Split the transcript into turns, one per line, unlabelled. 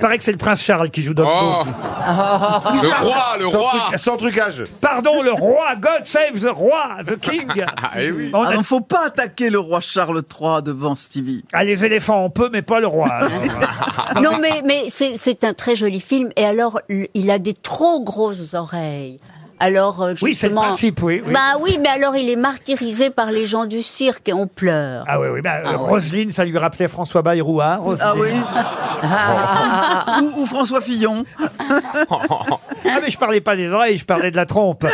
paraît que c'est le prince Charles qui joue Don
Oh.
Bluth.
Le roi, le
Sans
roi.
truc- sans trucage.
Pardon, le roi, God save the roi, the king.
Ah, eh oui.
On
Ah,
a-
Il ne faut pas attaquer le roi Charles III devant Stevie.
Ah, les éléphants, on peut, mais pas le roi.
Ah
alors. Ah,
Non, mais, mais c'est c'est un très joli film. Et alors, l- il a des trop grosses oreilles. Alors, euh,
Oui, c'est le
justement-
principe, oui, oui.
Bah oui, mais alors il est martyrisé par les gens du cirque et on pleure.
ah oui, oui. bah, euh, Roselyne, ça lui rappelait François Bayrou, hein,
Ah oui
Roselyne.
ou, ou François Fillon.
Ah, mais je parlais pas des oreilles, je parlais de la trompe.